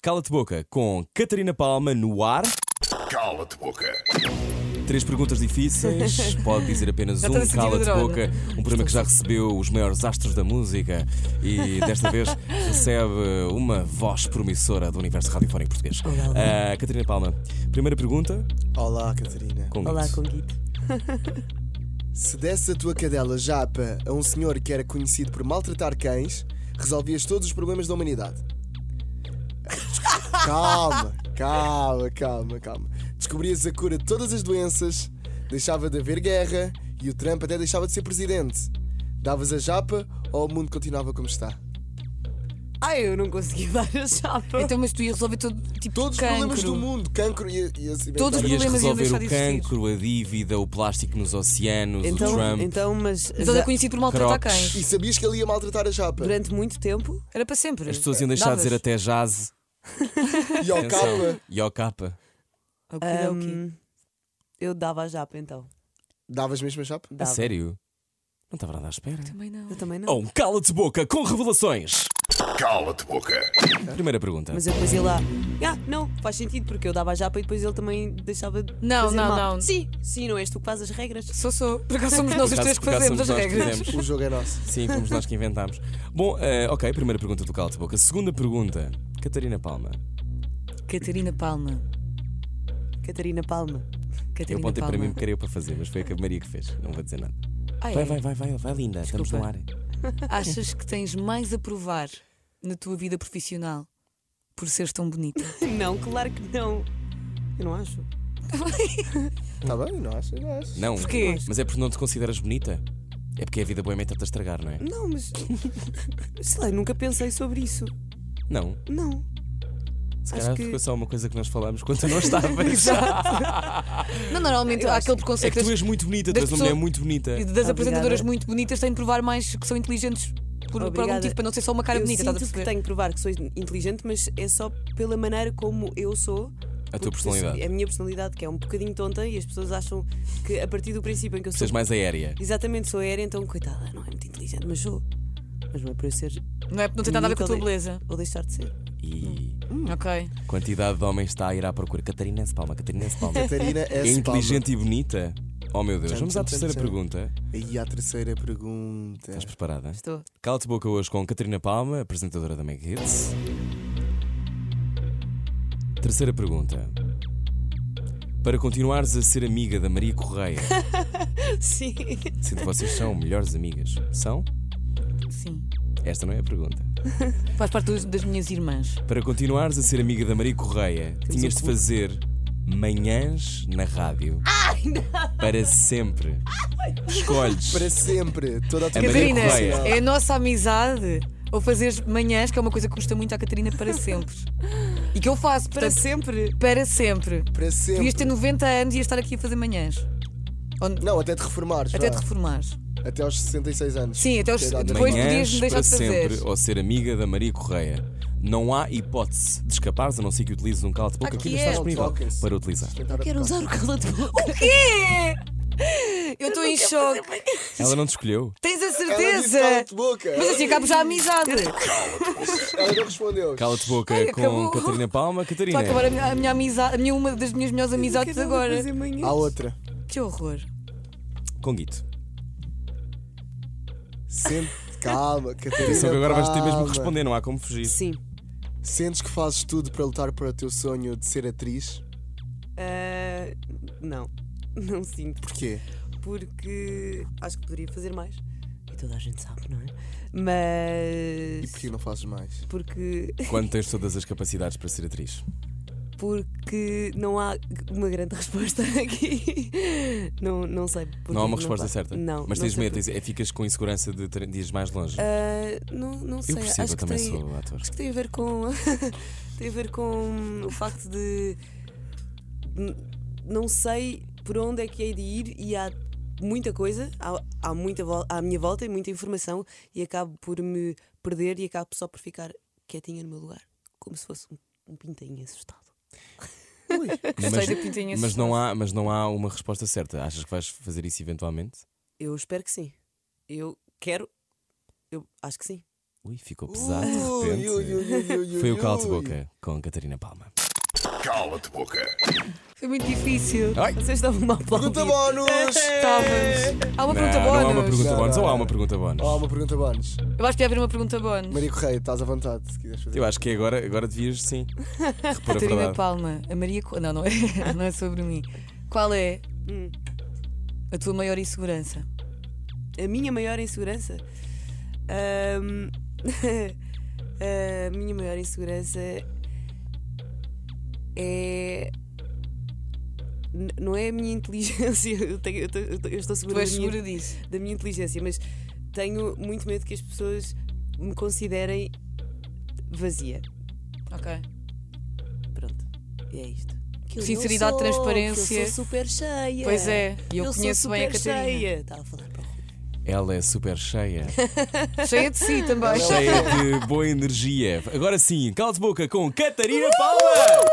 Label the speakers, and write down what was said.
Speaker 1: Cala-te boca com Catarina Palma no ar.
Speaker 2: Cala-te boca.
Speaker 1: Três perguntas difíceis, pode dizer apenas
Speaker 3: Já
Speaker 1: um
Speaker 3: estou a sentir
Speaker 1: cala-te
Speaker 3: o drone.
Speaker 1: boca, um programa que já recebeu os maiores astros da música e desta vez recebe uma voz promissora do universo radiofónico português. Ah, Catarina Palma, primeira pergunta
Speaker 4: Olá, Catarina.
Speaker 1: com
Speaker 3: Olá,
Speaker 1: Guito.
Speaker 3: Conguito.
Speaker 4: Se desses a tua cadela japa a um senhor que era conhecido por maltratar cães, resolvias todos os problemas da humanidade. calma, calma, calma, calma. Descobrias a cura de todas as doenças, deixava de haver guerra e o Trump até deixava de ser presidente. Davas a japa ou o mundo continuava como está?
Speaker 3: Ai, eu não consegui dar a chapa.
Speaker 5: Então, mas tu ia resolver todo tipo
Speaker 4: Todos os
Speaker 5: cancro.
Speaker 4: problemas do mundo, cancro e, e assim.
Speaker 5: Todos os
Speaker 1: Ias
Speaker 5: problemas iam
Speaker 1: resolver
Speaker 5: deixar
Speaker 1: o
Speaker 5: de existir.
Speaker 1: cancro, a dívida, o plástico nos oceanos, o
Speaker 3: então,
Speaker 1: Trump.
Speaker 3: então, mas
Speaker 5: Mas ele
Speaker 3: já-
Speaker 5: é conhecido por maltratar
Speaker 1: Crocs.
Speaker 5: cães.
Speaker 4: E sabias que ele ia maltratar a japa.
Speaker 3: durante muito tempo.
Speaker 5: Era para sempre.
Speaker 1: As pessoas iam deixar de dizer até jazz.
Speaker 4: E ao capa,
Speaker 1: Atenção. E ao capa.
Speaker 5: até.
Speaker 3: hum, eu dava a japa então.
Speaker 4: davas mesmo a japa?
Speaker 1: A
Speaker 3: Dava.
Speaker 1: sério? Não estava nada à espera.
Speaker 5: Também não.
Speaker 3: Eu também não.
Speaker 1: Ou um cala-te boca com revelações.
Speaker 2: Cala-te boca.
Speaker 1: Primeira pergunta.
Speaker 3: Mas eu depois ia lá. Ah, não, faz sentido, porque eu dava a japa e depois ele também deixava de.
Speaker 5: Não,
Speaker 3: fazer
Speaker 5: não,
Speaker 3: mal.
Speaker 5: não.
Speaker 3: Sim, sim, não és tu que fazes as regras.
Speaker 5: Sou, sou. Por acaso somos é nós os
Speaker 1: Por
Speaker 5: três
Speaker 1: acaso-
Speaker 5: que
Speaker 1: por acaso
Speaker 5: fazemos as
Speaker 1: somos nós que
Speaker 5: regras.
Speaker 1: fizemos.
Speaker 4: O jogo é nosso.
Speaker 1: Sim, fomos nós que inventámos. Bom, eh, ok, primeira pergunta do Cala-te Boca. Segunda pergunta, Catarina Palma.
Speaker 5: Catarina Palma.
Speaker 3: Catarina Palma.
Speaker 1: Eu
Speaker 5: Catarina
Speaker 1: apontei
Speaker 5: Palma.
Speaker 1: para mim porque era eu para fazer, mas foi a que a Maria que fez. Não vou dizer nada.
Speaker 5: Ah, é?
Speaker 1: Vai, vai, vai, vai, vai linda. Estamos no ar.
Speaker 5: Achas que tens mais a provar na tua vida profissional por seres tão bonita?
Speaker 3: Não, claro que não. Eu não acho.
Speaker 4: Tá bem, não acho, não acho.
Speaker 1: Não.
Speaker 5: Porquê?
Speaker 1: Mas é porque não te consideras bonita? É porque a vida boa está-te a estragar, não é?
Speaker 3: Não, mas. Sei lá, eu nunca pensei sobre isso.
Speaker 1: Não.
Speaker 3: Não.
Speaker 1: Se
Speaker 3: Acho
Speaker 1: calhar
Speaker 3: que-
Speaker 1: foi só uma coisa que nós falámos quando tu não estavas.
Speaker 5: Não, normalmente há aquele
Speaker 1: é
Speaker 5: preconceito
Speaker 1: que tu
Speaker 5: das,
Speaker 1: és muito bonita, tu
Speaker 5: das
Speaker 1: és uma
Speaker 5: pessoas-
Speaker 1: mulher muito bonita.
Speaker 5: das apresentadoras muito bonitas têm de provar mais que são inteligentes por, por algum
Speaker 3: Obrigada.
Speaker 5: motivo, para não ser só uma cara
Speaker 3: eu
Speaker 5: bonita,
Speaker 3: sinto
Speaker 5: estás a
Speaker 3: que
Speaker 5: perceber?
Speaker 3: tenho que provar que sou inteligente, mas é só pela maneira como eu
Speaker 1: A
Speaker 3: sou. porque
Speaker 1: tua personalidade.
Speaker 3: A minha personalidade, que é um bocadinho tonta, e as pessoas acham que a partir do princípio em que eu sou.
Speaker 1: Precisas mais aérea.
Speaker 3: Exatamente, sou aérea, então coitada, não é muito inteligente, mas sou. Mas não é para eu ser
Speaker 5: Não, é, não tem nada a ver com a tua
Speaker 3: Bonita,
Speaker 5: beleza.
Speaker 3: ou deixar de ser.
Speaker 1: E
Speaker 5: Ok.
Speaker 1: quantidade de homens está a ir à procura. Catarina S. Palma, Catarina S. Palma.
Speaker 4: Catarina S.
Speaker 1: É
Speaker 4: Palma.
Speaker 1: inteligente e bonita? Oh meu Deus,
Speaker 4: Tchan,
Speaker 1: vamos à
Speaker 4: tchan,
Speaker 1: terceira
Speaker 4: tchan.
Speaker 1: pergunta.
Speaker 4: E a terceira pergunta.
Speaker 1: Estás preparada?
Speaker 3: Estou.
Speaker 1: Cala-te boca hoje com Catarina Palma, apresentadora da Mega Hits. Terceira pergunta. Para continuares a ser amiga da Maria Correia,
Speaker 3: Sim.
Speaker 1: sinto que vocês são melhores amigas. São?
Speaker 5: Sim.
Speaker 1: Esta não é a pergunta.
Speaker 5: Faz parte dos- das minhas irmãs.
Speaker 1: Para continuares a ser amiga da Maria Correia, tinhas de fazer manhãs na rádio. Para sempre. Escolhes.
Speaker 4: Para sempre, toda a tua
Speaker 1: A Maria
Speaker 5: Catarina,
Speaker 1: Correia.
Speaker 5: é a nossa amizade. Ou fazeres manhãs, que é uma coisa que custa muito à Catarina para sempre. E que eu faço,
Speaker 3: Para
Speaker 5: portanto,
Speaker 3: sempre.
Speaker 5: para sempre.
Speaker 4: Para
Speaker 5: Tu ias
Speaker 4: sempre.
Speaker 5: ter 90 anos e ias estar aqui a fazer manhãs. Ou-
Speaker 4: Não, até te reformares.
Speaker 5: até
Speaker 4: vá.
Speaker 1: Tá.
Speaker 5: te reformares.
Speaker 4: Até aos 66 anos.
Speaker 5: Sim, até os-
Speaker 4: Que é a idade
Speaker 5: depois
Speaker 4: normal.
Speaker 1: Manhãs
Speaker 5: podias-me deixar
Speaker 1: para
Speaker 5: de fazer.
Speaker 1: sempre ou ser amiga da Maria Correia. Não há hipótese de escapares, a não ser que utilizes um calo de boca que
Speaker 5: Aqui
Speaker 1: ainda está
Speaker 5: é.
Speaker 1: disponível
Speaker 4: Toca-se.
Speaker 1: para utilizar.
Speaker 4: Tentar
Speaker 5: Quero
Speaker 4: adotar.
Speaker 5: usar o cala de boca. O quê? Eu estou em choque.
Speaker 1: Ela não te escolheu.
Speaker 5: Tens a
Speaker 4: Ela disse
Speaker 5: certeza?
Speaker 4: cala-te boca.
Speaker 5: Mas assim acabo já a amizade.
Speaker 4: Ela não respondeu.
Speaker 1: Cala-te boca
Speaker 5: Ai,
Speaker 1: com
Speaker 5: acabou.
Speaker 1: Catarina Palma.
Speaker 5: Estou
Speaker 1: Catarina,
Speaker 5: a acabar a minha, a minha amizade, a minha, uma das minhas melhores amizades agora.
Speaker 4: Há outra.
Speaker 5: Que horror.
Speaker 1: com Guito.
Speaker 4: Sente... Calma, Catarina.
Speaker 1: Atenção que agora vais ter mesmo
Speaker 4: calma.
Speaker 1: que responder, não há como fugir.
Speaker 3: Sim.
Speaker 4: Sentes que fazes tudo para lutar para o teu sonho de ser atriz?
Speaker 3: Ah, não. Não sinto.
Speaker 4: Porquê?
Speaker 3: Porque acho que poderia fazer mais. E toda a gente sabe, não é?
Speaker 4: E
Speaker 3: Mas.
Speaker 4: porquê não fazes mais?
Speaker 3: Porque,
Speaker 1: Quando tens todas as capacidades para ser atriz.
Speaker 3: porque não há uma grande resposta aqui. Não, não sei. porque
Speaker 1: não há uma
Speaker 3: que
Speaker 1: resposta
Speaker 3: faço.
Speaker 1: certa.
Speaker 3: Não.
Speaker 1: Mas
Speaker 3: não
Speaker 1: tens
Speaker 3: sei
Speaker 1: medo,
Speaker 3: por-
Speaker 1: tens- é, ficas com insegurança de ter- de ires mais longe.
Speaker 3: Ah, não, não sei.
Speaker 1: eu percebo,
Speaker 3: acho
Speaker 1: eu
Speaker 3: que
Speaker 1: também
Speaker 3: tem,
Speaker 1: sou ator.
Speaker 3: Acho que tem a ver com. tem a ver com o facto de. n- Não sei por onde é que hei de ir e há muita coisa, há, há muita vol- à minha volta e muita informação e acabo por me perder e acabo só por ficar quietinha no meu lugar, como se fosse um, um pintinho assustado.
Speaker 5: Gostei da pintinha.
Speaker 1: mas, não há, mas não há uma resposta certa. Achas que vais fazer isso eventualmente?
Speaker 3: Eu espero que sim. Eu quero. Eu acho que sim.
Speaker 1: Ui, ficou pesado de repente. Foi o calo de boca com Catarina Palma.
Speaker 2: Cala-te boca.
Speaker 5: Foi muito difícil.
Speaker 1: Ai!
Speaker 3: Vocês estavam mal
Speaker 4: Pergunta bónus!
Speaker 1: Tá.
Speaker 5: Estávamos. Há uma pergunta
Speaker 1: não, não há uma
Speaker 5: bónus.
Speaker 1: pergunta
Speaker 4: Não,
Speaker 1: bónus
Speaker 4: não,
Speaker 1: ou há
Speaker 4: não.
Speaker 1: uma pergunta bónus?
Speaker 4: Ó, uma pergunta bónus.
Speaker 5: Eu acho que ia haver uma pergunta bónus.
Speaker 4: Maria Correia, estás à vontade se quiseres fazer.
Speaker 1: Eu acho que agora, agora devias sim. Repor a
Speaker 5: Catarina
Speaker 1: É verdade.
Speaker 5: Palma, a Maria. Co- Não, não é, não é sobre mim. Qual é a tua maior insegurança?
Speaker 3: A minha maior insegurança. Ahm, a minha maior insegurança é. n- Não é a minha inteligência, eu, tenho- eu tenho- eu tenho- eu estou
Speaker 5: Tu
Speaker 3: segura,
Speaker 5: és
Speaker 3: da, minha,
Speaker 5: segura disso.
Speaker 3: da minha inteligência, mas tenho muito medo que as pessoas me considerem vazia.
Speaker 5: Ok.
Speaker 3: Pronto, e é isto. Que eu não
Speaker 5: Sinceridade,
Speaker 3: sou, que
Speaker 5: transparência.
Speaker 3: Eu sou super cheia.
Speaker 5: Pois é, e eu conheço
Speaker 3: sou
Speaker 5: bem a
Speaker 3: super
Speaker 5: Catarina.
Speaker 3: Cheia. Estava a falar para o Rui.
Speaker 1: Ela é super cheia,
Speaker 5: Cheia de
Speaker 1: é
Speaker 5: si também.
Speaker 1: cheia de boa energia. Agora sim, cala de boca com Catarina Palma!